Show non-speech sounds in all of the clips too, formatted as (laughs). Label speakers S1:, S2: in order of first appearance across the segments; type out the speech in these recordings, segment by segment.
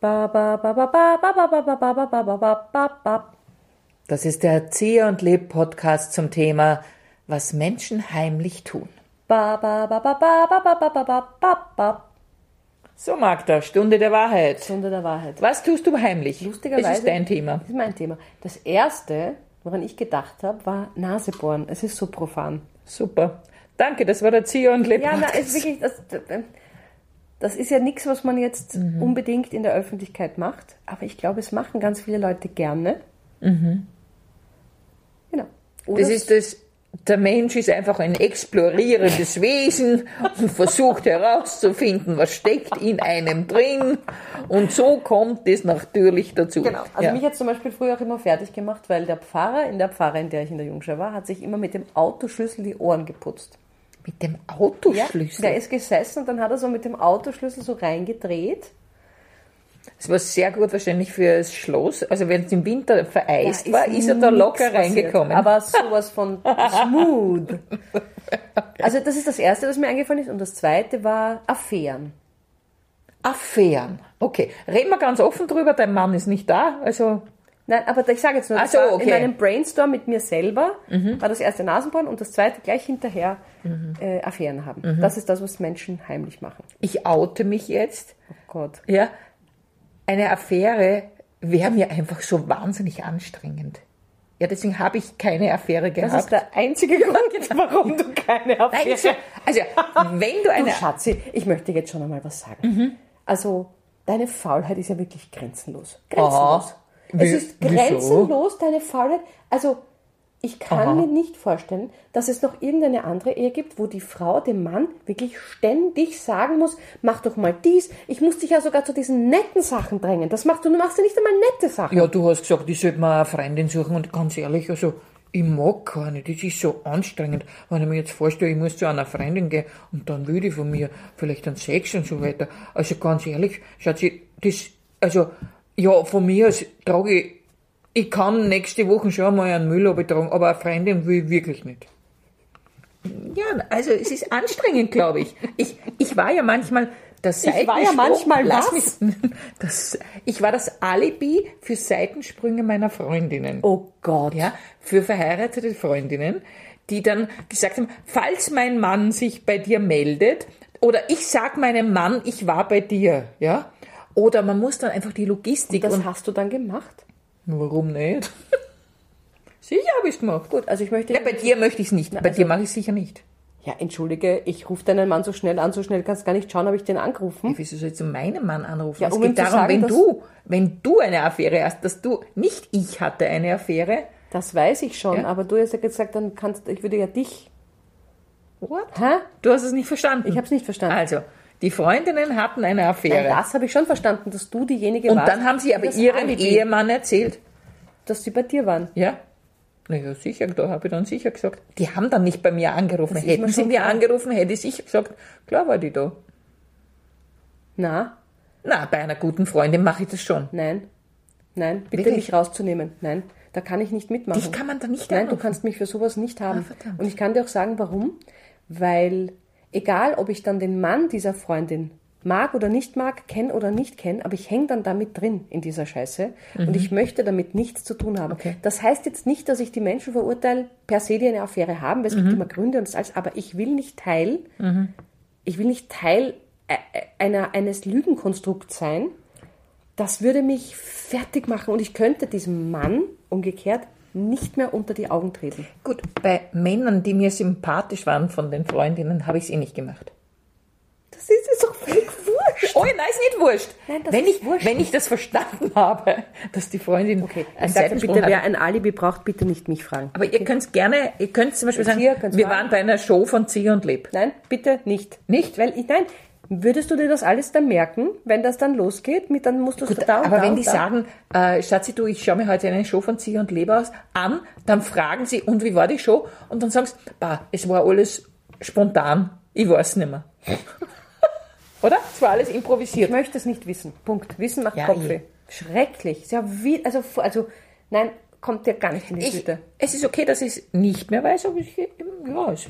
S1: Ba, ba, ba, ba, ba, ba, ba, ba, ba, ba, ba, ba, ba, ba, ba, ba.
S2: Das ist der Erzieher und Leb Podcast zum Thema Was Menschen heimlich tun.
S1: Ba, ba, ba, ba, ba, ba, ba, ba, ba, ba, ba, ba.
S2: So, Magda, Stunde der Wahrheit.
S1: Stunde der Wahrheit.
S2: Was tust du heimlich?
S1: Lustigerweise.
S2: Es ist dein Thema.
S1: Das ist mein Thema. Das erste, woran ich gedacht habe, war Nasebohren. Es ist so profan.
S2: Super. Danke, das war der Erzieher und Leb
S1: Ja, na, (laughs)
S2: Podcast.
S1: ist wirklich, das, das ist ja nichts, was man jetzt unbedingt in der Öffentlichkeit macht, aber ich glaube, es machen ganz viele Leute gerne. Mhm. Genau. Oder
S2: Das ist das, der Mensch ist einfach ein (laughs) explorierendes Wesen und versucht herauszufinden, was steckt in einem drin. Und so kommt es natürlich dazu.
S1: Genau. Also
S2: ja.
S1: mich hat zum Beispiel früher auch immer fertig gemacht, weil der Pfarrer in der Pfarrer, in der ich in der Jungschau war, hat sich immer mit dem Autoschlüssel die Ohren geputzt.
S2: Mit dem
S1: Ja?
S2: Autoschlüssel.
S1: Der ist gesessen und dann hat er so mit dem Autoschlüssel so reingedreht.
S2: Das war sehr gut wahrscheinlich für das Schloss. Also wenn es im Winter vereist
S1: ist
S2: war, ist er da
S1: nix
S2: locker
S1: passiert.
S2: reingekommen.
S1: Aber sowas von smooth.
S2: (laughs)
S1: Also das ist das Erste, was mir eingefallen ist. Und das Zweite war Affären.
S2: Affären. Okay, reden wir ganz offen drüber. Dein Mann ist nicht da, also
S1: Nein, aber ich sage jetzt nur, das
S2: Ach so,
S1: war in
S2: okay. Mhm.
S1: meinem Brainstorm mit mir selber war das erste Nasenbohren und das zweite gleich hinterher äh, Affären haben.
S2: Mhm.
S1: Das ist das, was Menschen heimlich machen.
S2: ich oute mich jetzt.
S1: Oh Gott.
S2: Ja, eine Affäre wäre mir einfach so wahnsinnig anstrengend. Ja, deswegen habe ich keine Affäre
S1: Das
S2: gehabt.
S1: ist der einzige
S2: (laughs)
S1: Grund, warum du keine
S2: Nein,
S1: Affäre
S2: ich- also wenn du eine
S1: Du Schatzi, ich möchte jetzt schon einmal was sagen.
S2: Mhm.
S1: Also, deine Faulheit ist ja wirklich grenzenlos. Grenzenlos.
S2: Aha.
S1: Es
S2: Ah, Wie-
S1: ist
S2: wieso?
S1: grenzenlos, deine Faulheit. Also, ich kann
S2: Aha.
S1: mir nicht vorstellen, dass es noch irgendeine andere Ehe gibt, wo die Frau dem Mann wirklich ständig sagen muss, mach doch mal dies. Ich muss dich ja sogar zu diesen netten Sachen drängen. Das machst du, du machst ja nicht einmal nette Sachen.
S2: ja, du hast gesagt, ich sollte mir eine Freundin suchen und ganz ehrlich, also ich mag keine, das ist so anstrengend. Wenn ich mir jetzt vorstelle, ich muss zu einer Freundin gehen und dann würde ich von mir vielleicht einen Sex und so weiter. Also ganz ehrlich, Schatzi, das, also ja, von mir aus trage ich, ich kann nächste Woche schon mal einen Müll tragen, aber eine Freundin will ich wirklich nicht. Ja, also es ist anstrengend, glaube ich. ich. Ich war ja manchmal das
S1: Ich war ja
S2: Seitensprung-
S1: manchmal
S2: Lass
S1: was?
S2: mich- (laughs) Das, ich war das Alibi für Seitensprünge meiner Freundinnen.
S1: Oh Gott.
S2: Ja, für verheiratete Freundinnen, die dann gesagt haben, falls mein Mann sich bei dir meldet, oder ich sag meinem Mann, ich war bei dir, ja. Oder man muss dann einfach die Logistik
S1: Das
S2: und,
S1: hast du dann gemacht?
S2: warum nicht? (laughs) sicher habe ich es gemacht.
S1: Gut, also ich möchte...
S2: Ja, bei dir möchte ich es nicht. Bei
S1: Also
S2: dir mache ich es sicher nicht.
S1: Ja, entschuldige, ich rufe deinen Mann so schnell an, so schnell kannst gar nicht schauen, habe ich den angerufen.
S2: Wieso sollst du meinen Mann anrufen?
S1: Ja,
S2: es
S1: um ihm
S2: geht
S1: zu
S2: darum,
S1: sagen,
S2: wenn
S1: dass-
S2: du, wenn du eine Affäre hast, dass du nicht ich hatte eine Affäre.
S1: Das weiß ich schon,
S2: Ja.
S1: aber du hast ja gesagt, dann kannst ich würde ja dich.
S2: What?
S1: Hä?
S2: Du hast es nicht verstanden.
S1: Ich habe es nicht verstanden.
S2: Also, die Freundinnen hatten eine Affäre.
S1: Nein, das habe ich schon verstanden, dass du diejenige
S2: und
S1: warst.
S2: dann haben sie aber
S1: das
S2: ihrem
S1: Alibi,
S2: Ehemann erzählt.
S1: dass sie bei dir waren.
S2: Ja. Naja, sicher, da habe ich dann sicher gesagt. Die haben dann nicht bei mir angerufen.
S1: ist
S2: Hätten
S1: mir
S2: sie
S1: schon
S2: mir
S1: klar.
S2: angerufen, hätte ich sicher gesagt, klar war die da.
S1: Na,
S2: Na, bei einer guten Freundin mache ich das schon.
S1: nein, nein, bitte
S2: Wirklich?
S1: mich rauszunehmen. Nein, da kann ich nicht mitmachen.
S2: Dich kann man da nicht
S1: Nein, du
S2: anrufen.
S1: kannst mich für sowas nicht haben.
S2: Ah, verdammt.
S1: und ich kann dir auch sagen, warum. Weil egal, ob ich dann den Mann dieser Freundin mag oder nicht mag, kenne oder nicht kenne, aber ich hänge dann damit drin in dieser Scheiße und ich möchte damit nichts zu tun haben.
S2: Mhm. Okay.
S1: Das heißt jetzt nicht, dass ich die Menschen verurteile, per se, die eine Affäre haben, weil es
S2: Mhm.
S1: gibt immer Gründe und das alles, aber ich will nicht Teil, ich will nicht Teil äh, äh, einer, eines Lügenkonstrukts sein. Das würde mich fertig machen und ich könnte diesem Mann umgekehrt nicht mehr unter die Augen treten.
S2: Gut, bei Männern, die mir sympathisch waren von den Freundinnen, habe ich es eh nicht gemacht.
S1: Das ist jetzt doch völlig wurscht.
S2: Oh, nein, ist nicht wurscht.
S1: Nein, das
S2: wenn,
S1: ist
S2: ich,
S1: wurscht.
S2: wenn ich das verstanden (laughs) habe, dass die Freundin
S1: Okay,
S2: einen
S1: ich sage
S2: Seitensprung
S1: bitte,
S2: hatte.
S1: wer ein Alibi braucht, bitte nicht mich fragen.
S2: Aber ihr könnt gerne, ihr könnt zum Beispiel sagen,
S1: Zier kann's
S2: wir
S1: fragen.
S2: waren bei einer Show von Zieh und Leb.
S1: Nein, bitte nicht.
S2: Nicht?
S1: Weil ich, nein, würdest du dir das alles dann merken, wenn das dann losgeht, mit, dann musst du es
S2: Gut,
S1: da und
S2: aber
S1: da
S2: wenn
S1: und
S2: die
S1: da.
S2: sagen, äh, Schatzi, du, ich schaue mir heute eine Show von Zieh und Leb aus an, dann fragen sie, und wie war die Show? Und dann sagst du, bah, es war alles spontan, ich weiß nicht mehr. (laughs) Oder? Es war alles
S1: ich
S2: improvisiert.
S1: möchte es nicht wissen. Punkt. Wissen macht
S2: Ja,
S1: Kopfweh.
S2: eh.
S1: Schrecklich. Ist ja wie, also, also, nein, kommt dir gar nicht in die
S2: Ich,
S1: Tüte.
S2: es ist okay, dass ich es nicht mehr weiß, aber ich, ja, es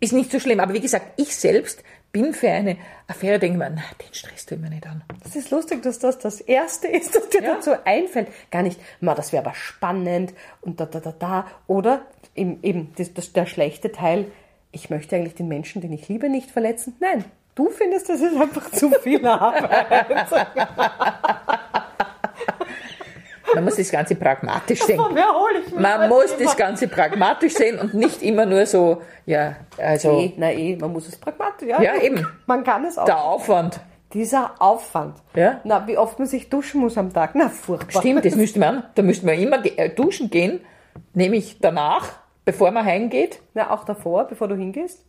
S2: ist nicht so schlimm. Aber wie gesagt, ich selbst bin für eine Affäre, denke ich mir, na, den Stress tue ich mir nicht an.
S1: Das ist lustig, dass das das Erste ist, das dir
S2: Ja.
S1: dazu einfällt. Gar nicht, ma, das wäre aber spannend und da, da, da, da. Oder eben, eben das, das, der schlechte Teil, ich möchte eigentlich den Menschen, den ich liebe, nicht verletzen. Nein, du findest, das ist einfach zu viel Arbeit.
S2: (laughs) Man muss das Ganze pragmatisch sehen.
S1: Wer hole ich mir
S2: Man
S1: das
S2: muss
S1: immer?
S2: das Ganze pragmatisch sehen und nicht immer nur so, ja, also
S1: Eh, na eh, man muss es pragmatisch.
S2: Ja, eben.
S1: Man kann es auch.
S2: der Aufwand.
S1: Dieser Aufwand.
S2: Ja.
S1: Na, wie oft man sich duschen muss am Tag. Na, furchtbar.
S2: Stimmt, das müsste man, da müsste man immer ge- äh, duschen gehen, nämlich danach, bevor man heimgeht.
S1: Na, auch davor, bevor du hingehst.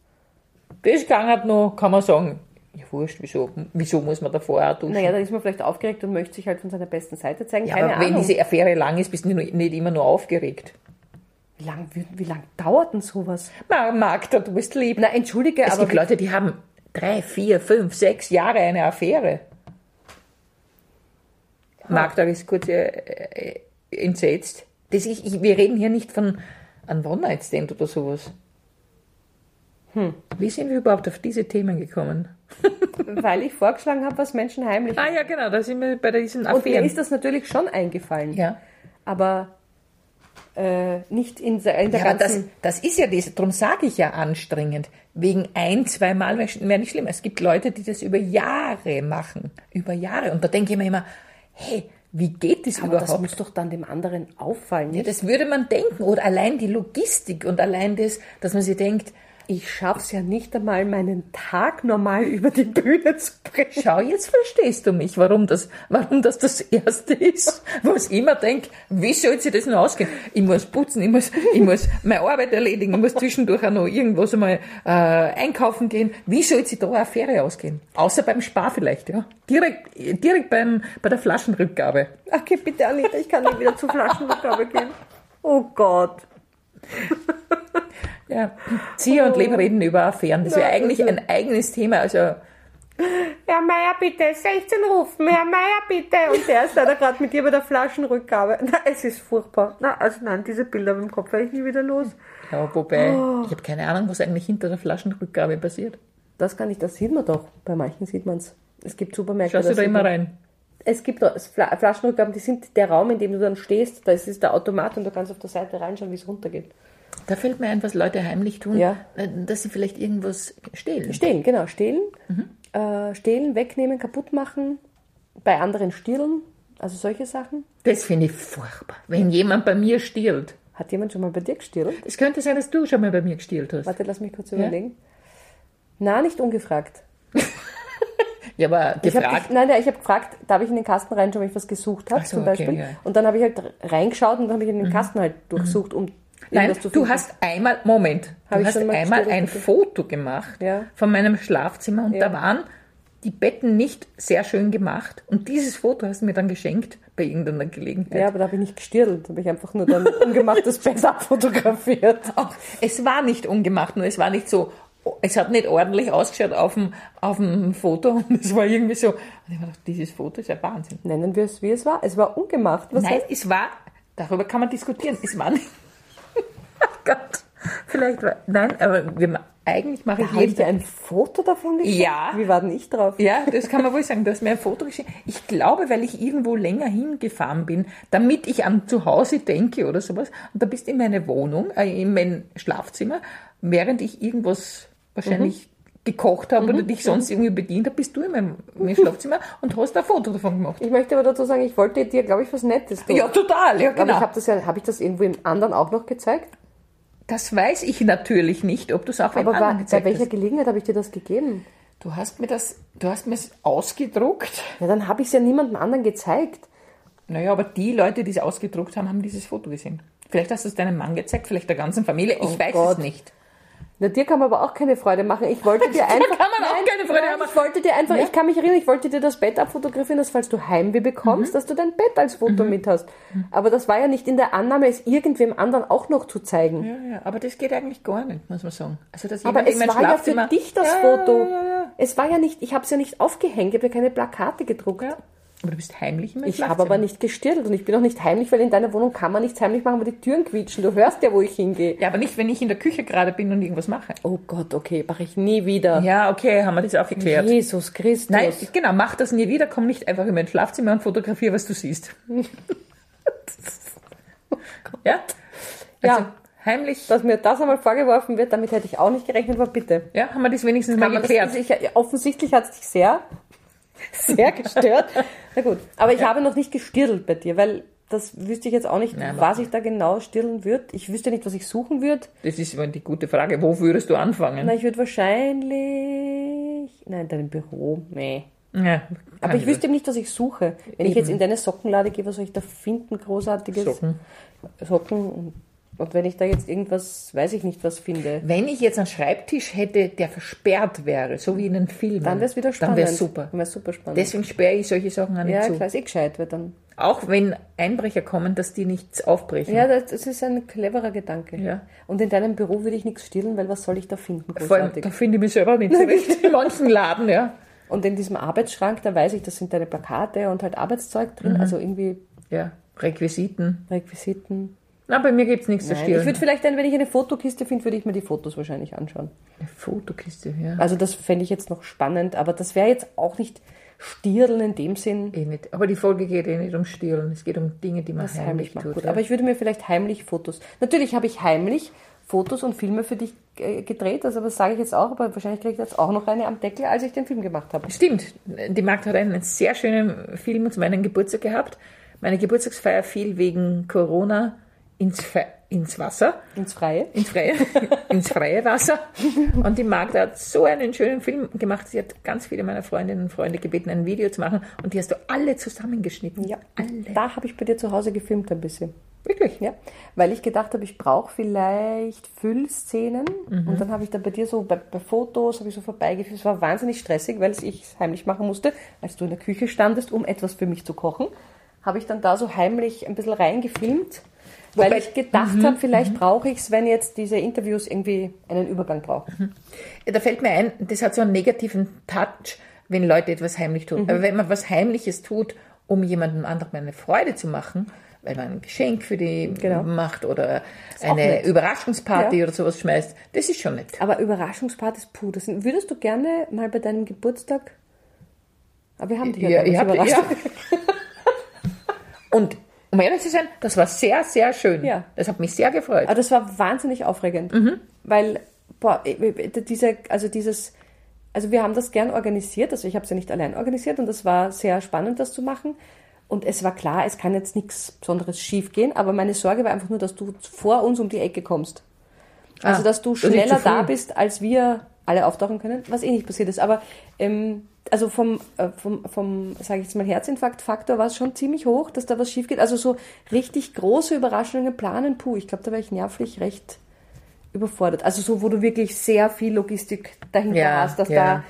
S2: Das kann halt noch, kann man sagen, ja wurscht, wieso, wieso muss man davor auch duschen?
S1: Naja, dann ist man vielleicht aufgeregt und möchte sich halt von seiner besten Seite zeigen.
S2: ja,
S1: Keine
S2: aber wenn
S1: Ahnung.
S2: diese Affäre lang ist, bist du nur- nicht immer nur aufgeregt.
S1: Wie lang, wie, wie lang dauert denn sowas?
S2: Na, Magda, du bist lieb.
S1: Na, entschuldige,
S2: es
S1: aber
S2: gibt Leute, die haben drei, vier, fünf, sechs Jahre eine Affäre. Magda ist kurz äh, äh, entsetzt. Das ich, ich, wir reden hier nicht von einem One-Night-Stand oder sowas. Wie sind wir überhaupt auf diese Themen gekommen?
S1: weil ich vorgeschlagen habe, was Menschen heimlich
S2: Ah ja, genau, da sind wir bei diesen
S1: Und mir
S2: Affären.
S1: ist das natürlich schon eingefallen.
S2: ja.
S1: Aber äh, nicht in, se- in der
S2: Ja, aber hm. das,
S1: ganzen...
S2: das ist ja diese, darum sage ich ja anstrengend. Wegen ein, zwei Mal wäre wär nicht schlimm. Es gibt Leute, die das über Jahre machen. Über Jahre. Und da denke ich mir immer, hey, wie geht das
S1: aber
S2: überhaupt?
S1: das muss doch dann dem anderen auffallen.
S2: ja,
S1: Nicht?
S2: das würde man denken. Oder allein die Logistik und allein das, dass man sich denkt,
S1: Ich schaff's ja nicht einmal, meinen Tag normal (laughs) über die Bühne zu bringen.
S2: schau, jetzt verstehst du mich, warum das, warum das das Erste ist, was ich immer denke, wie soll sie das denn ausgehen? Ich muss putzen, ich muss, ich muss meine Arbeit erledigen, ich muss zwischendurch auch noch irgendwas einmal äh, einkaufen gehen. Wie soll sie da eine Affäre ausgehen? Außer beim Spar vielleicht, ja. Direkt, direkt beim, bei der Flaschenrückgabe.
S1: Okay, bitte Anita, ich kann nicht wieder zur Flaschenrückgabe gehen. Oh Gott.
S2: Ja. Zia und Leb reden über Affären. Das wäre
S1: Nein,
S2: eigentlich ein eigenes Thema. Also,
S1: Herr Meier, bitte, 16 rufen, Herr Meier, bitte. Und der ist leider gerade mit dir bei der Flaschenrückgabe. Na, es ist furchtbar. Na, also nein, diese Bilder im Kopf werde ich nie wieder los.
S2: ja, wobei, ich habe keine Ahnung, was eigentlich hinter der Flaschenrückgabe passiert.
S1: Das kann ich, das sieht man doch. Bei manchen sieht man es. Es gibt Supermärkte.
S2: Schaust du da
S1: sieht
S2: immer
S1: man-
S2: rein?
S1: Es gibt doch- es Fla Flaschenrückgaben, die sind der Raum, in dem du dann stehst. Da ist ist der Automat und du kannst auf der Seite reinschauen, wie es runtergeht.
S2: Da fällt mir ein, was Leute heimlich tun,
S1: Ja.
S2: äh, dass sie vielleicht irgendwas stehlen.
S1: Stehlen, genau, stehlen.
S2: Mhm.
S1: Äh, stehlen, wegnehmen, kaputt machen. Bei anderen stehlen. Also solche Sachen.
S2: Das finde ich furchtbar, wenn jemand bei mir stiehlt.
S1: Hat jemand schon mal bei dir gestiehlt?
S2: Es könnte sein, dass du schon mal bei mir gestiehlt hast.
S1: Warte, lass mich kurz überlegen. Na, nicht ungefragt.
S2: Ja, aber
S1: Ich hab dich,
S2: gefragt.
S1: nein, nein, ich habe gefragt, darf ich in den Kasten reinschauen, wenn ich was gesucht habe,
S2: Ach so,
S1: zum
S2: okay,
S1: Beispiel.
S2: ja. Mhm.
S1: Und dann habe ich halt reingeschaut und dann habe ich in den Kasten halt durchsucht, um
S2: Nein,
S1: irgendwas
S2: du hast einmal, Moment,
S1: Hab
S2: du
S1: ich
S2: hast
S1: schon mal
S2: einmal
S1: gestiehlt,
S2: ein
S1: bitte?
S2: Foto gemacht
S1: Ja.
S2: von meinem Schlafzimmer und
S1: Ja.
S2: da waren die Betten nicht sehr schön gemacht. Und dieses Foto hast du mir dann geschenkt bei irgendeiner Gelegenheit.
S1: Ja, aber da habe ich nicht gestirlt, da habe ich einfach nur
S2: (laughs)
S1: dein ungemachtes Bett abfotografiert.
S2: Auch, es war nicht ungemacht, nur es war nicht so, es hat nicht ordentlich ausgeschaut auf dem, auf dem Foto und es war irgendwie so, und ich habe gedacht, dieses Foto ist ja Wahnsinn.
S1: Nennen wir es, wie es war. Es war ungemacht. Was
S2: Nein,
S1: heißt?
S2: es war, darüber kann man diskutieren, es war nicht, (laughs) oh Gott, vielleicht war, nein, aber wir, ma- eigentlich mache ich
S1: Habe ich
S2: jeden
S1: dir ein Foto davon geschickt?
S2: Ja.
S1: Wie war denn ich drauf?
S2: ja, das kann man wohl sagen. Du hast mir ein Foto geschickt. Ich glaube, weil ich irgendwo länger hingefahren bin, damit ich an Zuhause denke oder sowas. Und da bist in meine Wohnung, äh, in mein Schlafzimmer, während ich irgendwas wahrscheinlich gekocht habe oder dich sonst irgendwie bedient habe, bist du in meinem, meinem Schlafzimmer und hast ein Foto davon gemacht.
S1: Ich möchte aber dazu sagen, ich wollte dir, glaube ich, was Nettes tun.
S2: Ja, total, ja,
S1: Aber ich
S2: genau.
S1: habe das ja, habe ich das irgendwo im anderen auch noch gezeigt?
S2: Das weiß ich natürlich nicht, ob du es auch
S1: Aber
S2: wem anderen
S1: war, bei
S2: gezeigt
S1: welcher
S2: hast.
S1: Gelegenheit habe ich dir das gegeben?
S2: Du hast mir das, du hast mir es ausgedruckt.
S1: Ja, dann habe ich es ja niemandem anderen gezeigt.
S2: Naja, aber die Leute, die es ausgedruckt haben, haben dieses Foto gesehen. Vielleicht hast du es deinem Mann gezeigt, vielleicht der ganzen Familie. Ich
S1: Oh
S2: weiß
S1: Gott.
S2: es nicht.
S1: Na, dir kann man aber auch keine Freude machen. Ich wollte
S2: (laughs)
S1: dir einfach.
S2: kann man auch keine Freude
S1: nein,
S2: machen.
S1: Ich wollte dir einfach, ich kann mich erinnern, ich wollte dir das Bett abfotografieren, dass falls du Heimweh bekommst,
S2: Mhm.
S1: dass du dein Bett als Foto mit hast. Aber das war ja nicht in der Annahme, es irgendwem anderen auch noch zu zeigen.
S2: Ja, ja, aber das geht eigentlich gar nicht, muss man sagen. Also, dass
S1: aber
S2: jemand in
S1: es
S2: mein
S1: war ja für
S2: Schlafzimmer-
S1: dich das
S2: Ja,
S1: Foto.
S2: Ja, ja, ja, ja.
S1: Es war ja nicht, ich habe es ja nicht aufgehängt, ich habe ja keine Plakate gedruckt.
S2: Ja. Aber du bist heimlich immer
S1: Ich habe aber nicht gestirtelt und ich bin auch nicht heimlich, weil in deiner Wohnung kann man nichts heimlich machen, weil die Türen quietschen. Du hörst ja, wo ich hingehe.
S2: Ja, aber nicht, wenn ich in der Küche gerade bin und irgendwas mache.
S1: Oh Gott, okay, mache ich nie wieder.
S2: Ja, okay, haben wir das aufgeklärt.
S1: Jesus Christus.
S2: Nein, genau, mach das nie wieder, komm nicht einfach in mein Schlafzimmer und fotografiere, was du (laughs) siehst. ja? Also,
S1: Ja.
S2: Heimlich.
S1: Dass mir das einmal vorgeworfen wird, damit hätte ich auch nicht gerechnet, aber bitte.
S2: Ja, haben wir das wenigstens mal
S1: Kann man das-
S2: geklärt.
S1: ich, offensichtlich hat es dich sehr, (laughs) sehr gestört. Na gut, aber ich habe noch nicht gestirdelt bei dir, weil das wüsste ich jetzt auch nicht,
S2: Nein, mach
S1: was ich da genau stirdeln würde. Ich wüsste nicht, was ich suchen würde.
S2: Das ist immer die gute Frage. Wo würdest du anfangen?
S1: Na, ich würde wahrscheinlich... Nein, dein Büro, nee.
S2: Ja,
S1: Aber
S2: kann
S1: ich wüsste eben nicht, was ich suche. Wenn ich jetzt in deine Sockenlade gehe, was soll ich da finden? Großartiges.
S2: Socken.
S1: Socken. Und- Und wenn ich da jetzt irgendwas, weiß ich nicht, was finde.
S2: Wenn ich jetzt einen Schreibtisch hätte, der versperrt wäre, so wie in einem Film,
S1: Dann wäre es wieder spannend.
S2: Dann wäre super.
S1: Dann wäre super spannend.
S2: Deswegen sperre ich solche Sachen an
S1: ja,
S2: zu.
S1: klar, ist eh gescheit, weil dann.
S2: Auch wenn Einbrecher kommen, dass die nichts aufbrechen.
S1: Ja, das, das ist ein cleverer Gedanke.
S2: Ja.
S1: Und in deinem Büro würde ich nichts stehlen, weil was soll ich da finden?
S2: Vor allem,
S1: Großartig.
S2: da finde ich mich selber
S1: (laughs)
S2: nicht zurecht. In manchen Laden, ja.
S1: Und in diesem Arbeitsschrank, da weiß ich, das sind deine Plakate und halt Arbeitszeug
S2: Mhm.
S1: drin, also irgendwie
S2: Ja, Requisiten.
S1: Requisiten.
S2: Na, bei mir gibt's nichts zu
S1: Nein, ich
S2: stehlen.
S1: würde vielleicht, dann, wenn ich eine Fotokiste finde, würde ich mir die Fotos wahrscheinlich anschauen.
S2: Eine Fotokiste, ja.
S1: Also das fände ich jetzt noch spannend, aber das wäre jetzt auch nicht Stirdeln in dem Sinn,
S2: Eh nicht. Aber die Folge geht eh nicht um Stehlen. Es geht um Dinge, die man
S1: das
S2: heimlich,
S1: heimlich macht.
S2: tut.
S1: Gut,
S2: ja.
S1: aber ich würde mir vielleicht heimlich Fotos. Natürlich habe ich heimlich Fotos und Filme für dich äh, gedreht, also das sage ich jetzt auch, aber wahrscheinlich kriege ich jetzt auch noch eine am Deckel, als ich den Film gemacht habe.
S2: Stimmt, die Magd hat einen sehr schönen Film zu meinem Geburtstag gehabt. Meine Geburtstagsfeier fiel wegen Corona ins, Fe ins Wasser,
S1: Ins Freie.
S2: ins freie, (laughs) ins freie Wasser. Und die Magd hat so einen schönen Film gemacht. Sie hat ganz viele meiner Freundinnen und Freunde gebeten, ein Video zu machen. Und die hast du alle zusammengeschnitten.
S1: Ja,
S2: alle.
S1: da habe ich bei dir zu Hause gefilmt ein bisschen.
S2: Wirklich?
S1: Ja, weil ich gedacht habe, ich brauche vielleicht Füllszenen. Und dann habe ich da bei dir so bei, bei Fotos, habe ich so vorbeigefilmt. Es war wahnsinnig stressig, weil ich es heimlich machen musste, als du in der Küche standest, um etwas für mich zu kochen. Habe ich dann da so heimlich ein bisschen reingefilmt, weil
S2: Wobei-
S1: ich gedacht habe, vielleicht brauche ich es, wenn jetzt diese Interviews irgendwie einen Übergang brauchen.
S2: Ja, Da fällt mir ein, das hat so einen negativen Touch, wenn Leute etwas heimlich
S1: Mhm.
S2: tun. Aber wenn man was Heimliches tut, um jemandem anderen eine Freude zu machen, weil man ein Geschenk für die
S1: Genau.
S2: macht oder
S1: auch
S2: eine
S1: nett.
S2: Überraschungsparty
S1: Ja.
S2: oder sowas schmeißt, das ist schon nett.
S1: Aber Überraschungspartys, puh, das sind, würdest du gerne mal bei deinem Geburtstag. Aber wir haben dich ja,
S2: Ja,
S1: damals
S2: ihr habt-
S1: überrascht.
S2: Und um ehrlich zu sein, das war sehr, sehr schön.
S1: Ja. Also,
S2: Das hat mich sehr gefreut.
S1: Aber Ah, das war wahnsinnig aufregend, weil boah, eh, eh, diese, also dieses, also wir haben das gern organisiert, also ich habe es ja nicht allein organisiert und das war sehr spannend, das zu machen. Und es war klar, es kann jetzt nichts Besonderes schiefgehen, aber meine Sorge war einfach nur, dass du vor uns um die Ecke kommst. Also
S2: Ah,
S1: dass du
S2: dass ich
S1: schneller
S2: zu früh-
S1: da bist, als wir alle auftauchen können, was eh nicht passiert ist. Aber ähm, also vom, äh, vom, vom sage ich jetzt mal, Herzinfarktfaktor war es schon ziemlich hoch, dass da was schief geht. Also so richtig große Überraschungen planen, puh, ich glaube, da wäre ich nervlich recht überfordert. Also so, wo du wirklich sehr viel Logistik dahinter
S2: Ja,
S1: hast, dass
S2: ja.
S1: da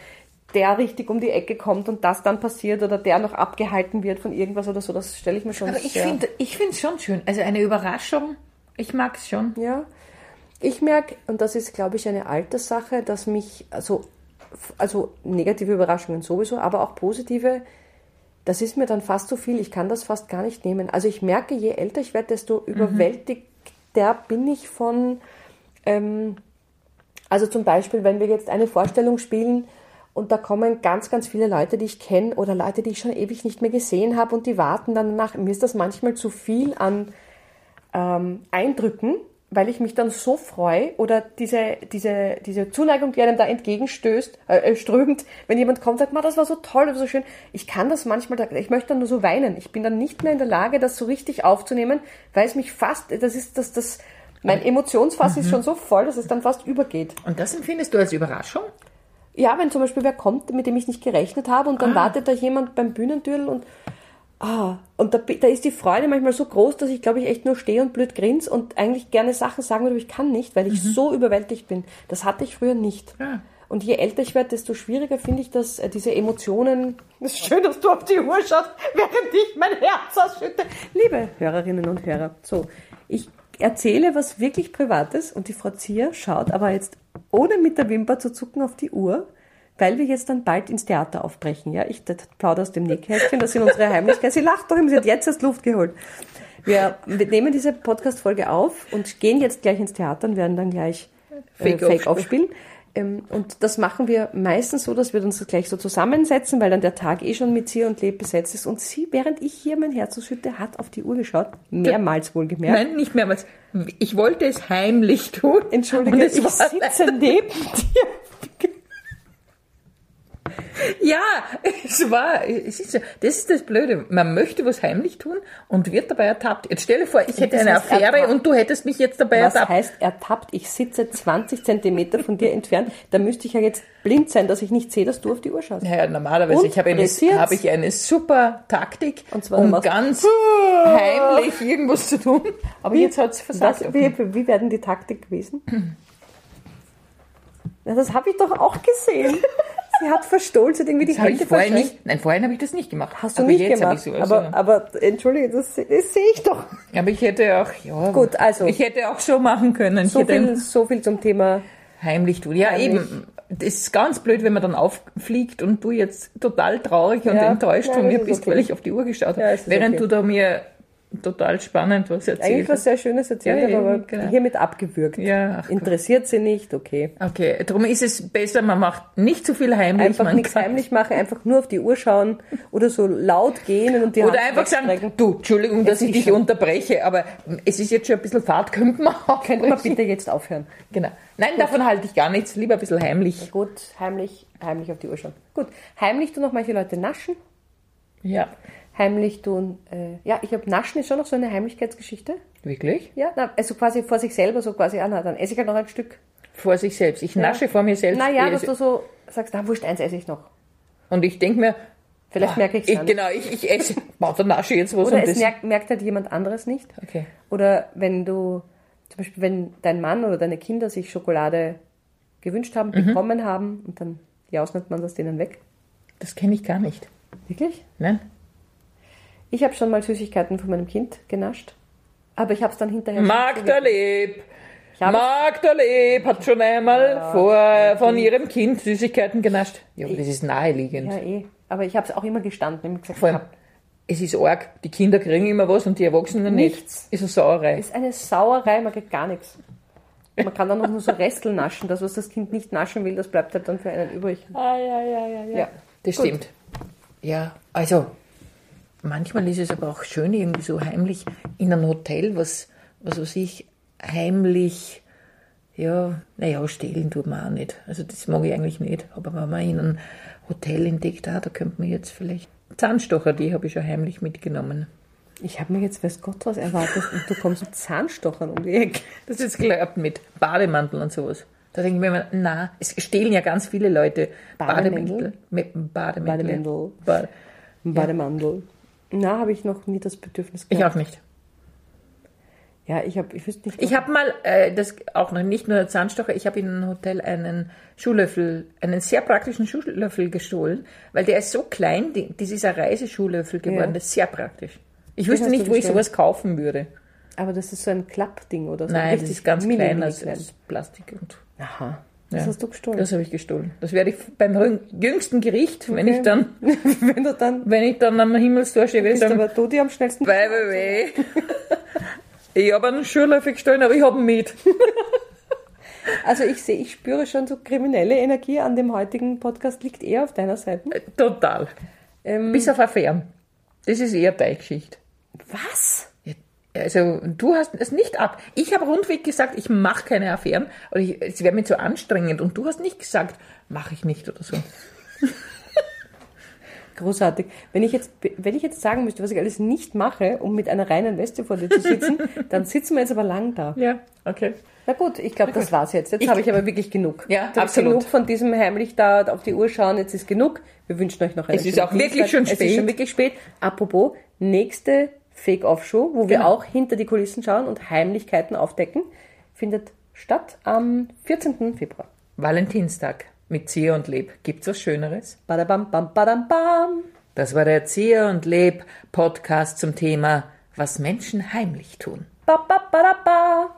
S1: der richtig um die Ecke kommt und das dann passiert oder der noch abgehalten wird von irgendwas oder so, das stelle ich mir schon
S2: Aber ich
S1: sehr-
S2: finde ich finde es schon schön. Also eine Überraschung, ich mag es schon.
S1: Ja, ich merke, und das ist, glaube ich, eine Alterssache, dass mich, also, f- also negative Überraschungen sowieso, aber auch positive, das ist mir dann fast zu viel. Ich kann das fast gar nicht nehmen. Also ich merke, je älter ich werde, desto überwältigter bin ich von, ähm, also zum Beispiel, wenn wir jetzt eine Vorstellung spielen und da kommen ganz, ganz viele Leute, die ich kenne oder Leute, die ich schon ewig nicht mehr gesehen habe und die warten dann nach. Mir ist das manchmal zu viel an ähm, Eindrücken, weil ich mich dann so freue oder diese, diese, diese Zuneigung, die einem da entgegenstößt, äh, äh, strömt, wenn jemand kommt und sagt, "Ma, das war so toll, das war so schön. Ich kann das manchmal, da- ich möchte dann nur so weinen. Ich bin dann nicht mehr in der Lage, das so richtig aufzunehmen, weil es mich fast, das ist, das, das, mein Emotionsfass ist schon so voll, dass es dann fast übergeht.
S2: Und das empfindest du als Überraschung?
S1: Ja, wenn zum Beispiel wer kommt, mit dem ich nicht gerechnet habe und dann wartet da jemand beim Bühnentürl und ah, und da, bi- da ist die Freude manchmal so groß, dass ich glaube ich echt nur stehe und blöd grins und eigentlich gerne Sachen sagen würde, aber ich kann nicht, weil ich so überwältigt bin. Das hatte ich früher nicht.
S2: Ja.
S1: Und je älter ich werde, desto schwieriger finde ich, dass äh, diese Emotionen. Es ist schön, dass du auf die Uhr schaust, während ich mein Herz ausschütte. (laughs) Liebe Hörerinnen und Hörer, so, ich erzähle was wirklich Privates und die Frau Zier schaut aber jetzt ohne mit der Wimper zu zucken auf die Uhr. weil wir jetzt dann bald ins Theater aufbrechen. Ja, ich das plaudere aus dem Nähkästchen, das sind unsere Heimlichkeit. Sie lacht doch immer, sie hat jetzt erst Luft geholt. Wir nehmen diese Podcast-Folge auf und gehen jetzt gleich ins Theater und werden dann gleich äh,
S2: Fake
S1: Fake
S2: aufspielen.
S1: aufspielen. Ähm, und das machen wir meistens so, dass wir uns gleich so zusammensetzen, weil dann der Tag eh schon mit Sie und Leb besetzt ist. Und sie, während ich hier mein Herz ausschütte, hat auf die Uhr geschaut, mehrmals wohlgemerkt.
S2: Nein, nicht mehrmals. Ich wollte es heimlich tun.
S1: Entschuldige,
S2: Und
S1: ich
S2: es war
S1: sitze neben dir.
S2: Ja, es war, es ist, ja- das ist das Blöde. Man möchte was heimlich tun und wird dabei ertappt. Jetzt stell dir vor, ich hätte
S1: das
S2: eine
S1: heißt
S2: Affäre
S1: ertappt.
S2: und du hättest mich jetzt dabei
S1: Was
S2: ertappt.
S1: heißt ertappt? Ich sitze 20 Zentimeter von dir entfernt. Da müsste ich ja jetzt blind sein, dass ich nicht sehe, dass du auf die Uhr schaust.
S2: Naja, normalerweise,
S1: Und
S2: ich habe eine,
S1: pressiert's.
S2: habe ich eine super Taktik,
S1: Und zwar, du
S2: um
S1: machst-
S2: ganz heimlich irgendwas zu tun. Aber jetzt hat es versagt.
S1: Was, wie, wie wäre denn die Taktik gewesen? Na, das habe ich doch auch
S2: (laughs)
S1: gesehen. Sie hat verstohlt irgendwie die
S2: Das habe ich
S1: Hände
S2: vorher
S1: verschränkt.
S2: nicht, nein, vorher habe ich das nicht gemacht.
S1: Hast du
S2: aber
S1: nicht
S2: jetzt habe
S1: gemacht.
S2: Ich so, also
S1: aber, aber entschuldige, das, se- das sehe ich doch.
S2: aber ich hätte auch, ja.
S1: Gut, also.
S2: Ich hätte auch so machen können. Ich
S1: So
S2: hätte
S1: viel, so viel zum Thema.
S2: Heimlich tun. Ja,
S1: Heimlich.
S2: eben. Das ist ganz blöd, wenn man dann auffliegt und du jetzt total traurig und
S1: Ja,
S2: enttäuscht
S1: nein,
S2: von mir
S1: das ist
S2: bist,
S1: okay.
S2: weil ich auf die Uhr geschaut habe.
S1: Ja, es ist
S2: während
S1: okay.
S2: du da mir total spannend was erzählst.
S1: Eigentlich was sehr Schönes erzählt,
S2: Ja, ja,
S1: aber
S2: genau.
S1: hiermit abgewürgt.
S2: Ja, ach Gott.
S1: Interessiert sie nicht, okay.
S2: Okay, darum ist es besser, man macht nicht zu viel heimlich.
S1: Einfach
S2: man
S1: nichts
S2: kann-
S1: heimlich machen, einfach nur auf die Uhr schauen oder so laut gehen und die
S2: Oder
S1: Hand
S2: einfach sagen, (laughs)
S1: wegstrecken.
S2: du, Entschuldigung, dass
S1: ist
S2: ich dich
S1: schon-
S2: unterbreche, aber es ist jetzt schon ein bisschen Fahrt, (laughs) könnte man auch.
S1: Könnte man bitte jetzt aufhören.
S2: Genau. Nein, davon halte ich gar nichts. Lieber ein bisschen heimlich.
S1: Gut, heimlich, heimlich auf die Uhr schauen. Gut, heimlich tun noch manche Leute naschen.
S2: Ja.
S1: Heimlich tun, äh, ja, ich habe Naschen ist schon noch so eine Heimlichkeitsgeschichte.
S2: Wirklich?
S1: Ja, na, also quasi vor sich selber, so quasi, ah, na, dann esse ich halt noch ein Stück.
S2: Vor sich selbst. Ich nasche vor mir selbst. eh
S1: Naja, dass
S2: Ich-
S1: du so sagst, na, wurscht, eins esse ich noch.
S2: Und ich denke mir,
S1: Vielleicht merke ich's dann.
S2: Genau, ich, ich
S1: (laughs)
S2: esse. Boah, dann nasche ich jetzt was
S1: Oder
S2: und
S1: es
S2: das.
S1: merkt, merkt halt jemand anderes nicht.
S2: Okay.
S1: Oder wenn du, zum Beispiel, wenn dein Mann oder deine Kinder sich Schokolade gewünscht haben,
S2: Mhm.
S1: bekommen haben, und dann jausnet man das denen weg.
S2: Das kenne ich gar nicht. ne?
S1: Wirklich?
S2: Nein?
S1: Ich habe schon mal Süßigkeiten von meinem Kind genascht. Aber ich habe es dann hinterher.
S2: Magda Leb.
S1: hab-
S2: Magda Leb hat schon einmal vor, von ihrem Kind Süßigkeiten genascht. Ja, aber das ist naheliegend.
S1: Ja, eh. Aber ich habe es auch immer gestanden. Ich hab gesagt,
S2: Vor allem, es ist arg. Die Kinder kriegen immer was und die Erwachsenen nicht.
S1: Nichts.
S2: Ist eine Sauerei.
S1: Das ist eine Sauerei, man kriegt gar nichts. Man kann dann auch nur so Restel naschen. Das, was das Kind nicht naschen will, das bleibt halt dann für einen übrig.
S2: Ah, ja, ja, ja,
S1: Ja.
S2: Das
S1: Gut.
S2: stimmt. Ja, also manchmal ist es aber auch schön, irgendwie so heimlich in einem Hotel, was, was weiß ich, heimlich, ja, naja, stehlen tut man auch nicht. Also das mag ich eigentlich nicht. Aber wenn man in einem Hotel entdeckt, ah, da könnte man jetzt vielleicht Zahnstocher, die habe ich schon heimlich mitgenommen.
S1: Ich habe mir jetzt weiß Gott was erwartet und du kommst mit Zahnstochern um die Ecke.
S2: Das ist geklappt mit Bademantel und sowas. Da denke ich mir immer, na, es stehlen ja ganz viele Leute
S1: Bademäntel?
S2: Bademäntel. Mit Bademäntel.
S1: Bademäntel.
S2: Bade-
S1: Bademandel. Na, habe ich noch nie das Bedürfnis
S2: Ich
S1: gehabt.
S2: auch nicht.
S1: Ja, ich habe, ich wüsste nicht.
S2: Ich habe mal, äh, das auch noch nicht nur Zahnstocher, ich habe in einem Hotel einen Schuhlöffel, einen sehr praktischen Schuhlöffel gestohlen, weil der ist so klein, die, das ist ein Reiseschuhlöffel geworden,
S1: Ja.
S2: das ist sehr praktisch. Ich wüsste
S1: hast
S2: nicht,
S1: du
S2: wo ich
S1: bestellt?
S2: sowas kaufen würde.
S1: aber das ist so ein Klappding oder so.
S2: Nein, das
S1: richtig
S2: ist ganz
S1: mini,
S2: klein,
S1: mini
S2: aus, aus Plastik und.
S1: Aha. Das
S2: Ja.
S1: hast du gestohlen.
S2: Das habe ich gestohlen. Das werde ich beim rün- jüngsten Gericht, wenn ich dann,
S1: (laughs) Wenn du dann
S2: wenn ich dann am Himmelstor stehe, werde ich
S1: bist,
S2: sagen,
S1: aber du die am schnellsten.
S2: by the way,
S1: (laughs)
S2: ich habe einen Schuhlöffel gestohlen, aber ich habe ihn mit.
S1: Also ich sehe, ich spüre schon so kriminelle Energie an dem heutigen Podcast liegt eher auf deiner Seite.
S2: Total. Bis auf Affären. Das ist eher deine Geschichte.
S1: Was?
S2: Ja, Also, du hast es nicht ab. Ich habe rundweg gesagt, ich mache keine Affären. Oder ich, es wäre mir zu anstrengend. Und du hast nicht gesagt, mache ich nicht oder so.
S1: Großartig. Wenn ich, jetzt, wenn ich jetzt sagen müsste, was ich alles nicht mache, um mit einer reinen Weste vor dir zu
S2: (laughs)
S1: sitzen, dann sitzen wir jetzt aber lang da.
S2: Ja, okay.
S1: Na gut, ich glaube, das war's jetzt. Jetzt
S2: Ich-
S1: habe ich aber wirklich genug.
S2: Ja,
S1: Jetzt habe ich
S2: absolut.
S1: Genug von diesem heimlich da auf die Uhr schauen. Jetzt ist genug. Wir wünschen euch noch einen
S2: Es ist
S1: schönen
S2: auch wirklich
S1: Dienstag.
S2: schon
S1: Es ist
S2: spät.
S1: schon wirklich spät. Apropos, nächste Fake-Off-Show, wo wir
S2: Genau.
S1: auch hinter die Kulissen schauen und Heimlichkeiten aufdecken, findet statt am 14. Februar.
S2: Valentinstag mit Zieher und Leb. Gibt's was Schöneres?
S1: Badabam, bam, badam, bam.
S2: Das war der Zieher und Leb Podcast zum Thema, was Menschen heimlich tun.
S1: Ba, ba, badaba.